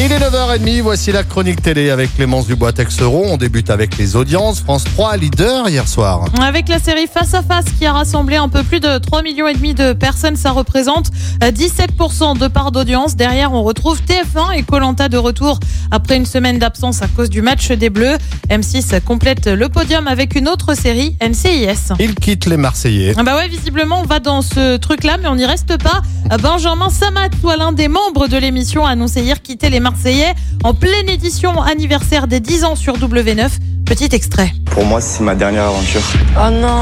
Il est 9h30, voici la chronique télé avec Clémence Dubois-Texeron. On débute avec les audiences. France 3, leader hier soir. Avec la série Face à Face qui a rassemblé un peu plus de 3,5 millions de personnes, ça représente euh, 17% de part d'audience. Derrière, on retrouve TF1 et Colanta de retour après une semaine d'absence à cause du match des Bleus. M6 complète le podium avec une autre série, NCIS. Il quitte les Marseillais. Ah Bah ouais, visiblement, on va dans ce truc-là, mais on n'y reste pas. Euh, Benjamin Samat, soit l'un des membres de l'émission, a annoncé hier quitter les Marseillais en pleine édition anniversaire des 10 ans sur W9. Petit extrait. Pour moi, c'est ma dernière aventure. Oh non,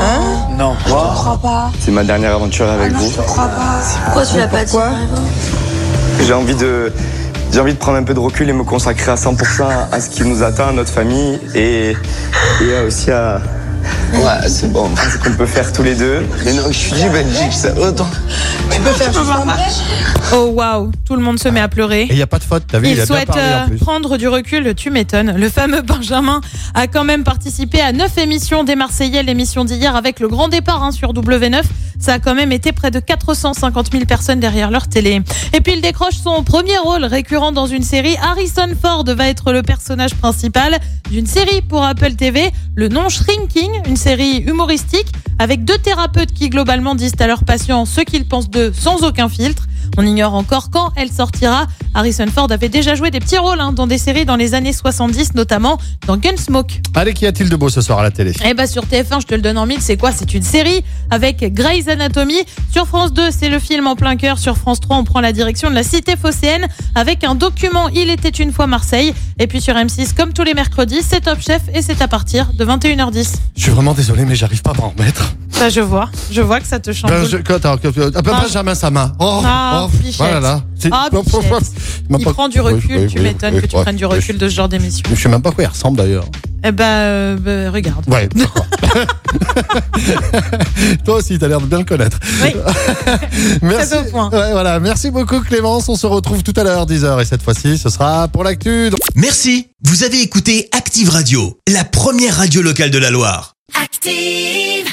Non. je crois pas. Ah C'est ma dernière aventure avec non, vous. je te crois pas. Pourquoi tu l'as pas dit J'ai envie de j'ai envie de prendre un peu de recul et me consacrer à 100% à ce qui nous attend, à notre famille et, et aussi à ouais, c'est bon. ce qu'on peut faire tous les deux. Mais non, je suis du Belgique, ça autant. Tu peux faire juste Oh waouh, tout le monde se met à pleurer. Et il n'y a pas de faute, t'as vu, il, Il a bien souhaite parlé en euh, plus. prendre du recul, tu m'étonnes. Le fameux Benjamin a quand même participé à 9 émissions des Marseillais, l'émission d'hier avec le grand départ hein, sur W9. Ça a quand même été près de 450 000 personnes derrière leur télé. Et puis il décroche son premier rôle récurrent dans une série. Harrison Ford va être le personnage principal d'une série pour Apple TV, le nom Shrinking, une série humoristique avec deux thérapeutes qui globalement disent à leurs patients ce qu'ils pensent d'eux sans aucun filtre. On ignore encore quand elle sortira. Harrison Ford avait déjà joué des petits rôles hein, dans des séries dans les années 70, notamment dans Gunsmoke. Allez, qu'y a-t-il de beau ce soir à la télé Eh ben sur TF1, je te le donne en mille, c'est quoi C'est une série avec Grey's Anatomy. Sur France 2, c'est le film en plein cœur. Sur France 3, on prend la direction de la cité phocéenne avec un document Il était une fois Marseille. Et puis sur M6, comme tous les mercredis, c'est Top Chef et c'est à partir de 21h10. Je suis vraiment désolé, mais j'arrive pas à m'en remettre. Ça, Bah, je vois. Je vois que ça te change. Ben, je- quand, alors, que- euh, ah, ben, Ah. Benjamin Sama. Oh, Ah, oh, Pichette. voilà, là. C'est- Ah, Pouf, pouf, pouf. Il m'a Il pas- prend du recul, Oui, tu oui, m'étonnes oui, que tu ouais. prennes du recul de ce genre d'émission. Je sais même pas à quoi il ressemble d'ailleurs. Eh ben, euh, ben, regarde. Ouais, d'accord. Toi aussi, t'as l'air de bien le connaître. Oui. Merci. au point. Ouais, voilà. Merci beaucoup Clémence. On se retrouve tout à l'heure 10h et cette fois-ci, ce sera pour l'actu. Merci, vous avez écouté Active Radio, la première radio locale de la Loire. Active.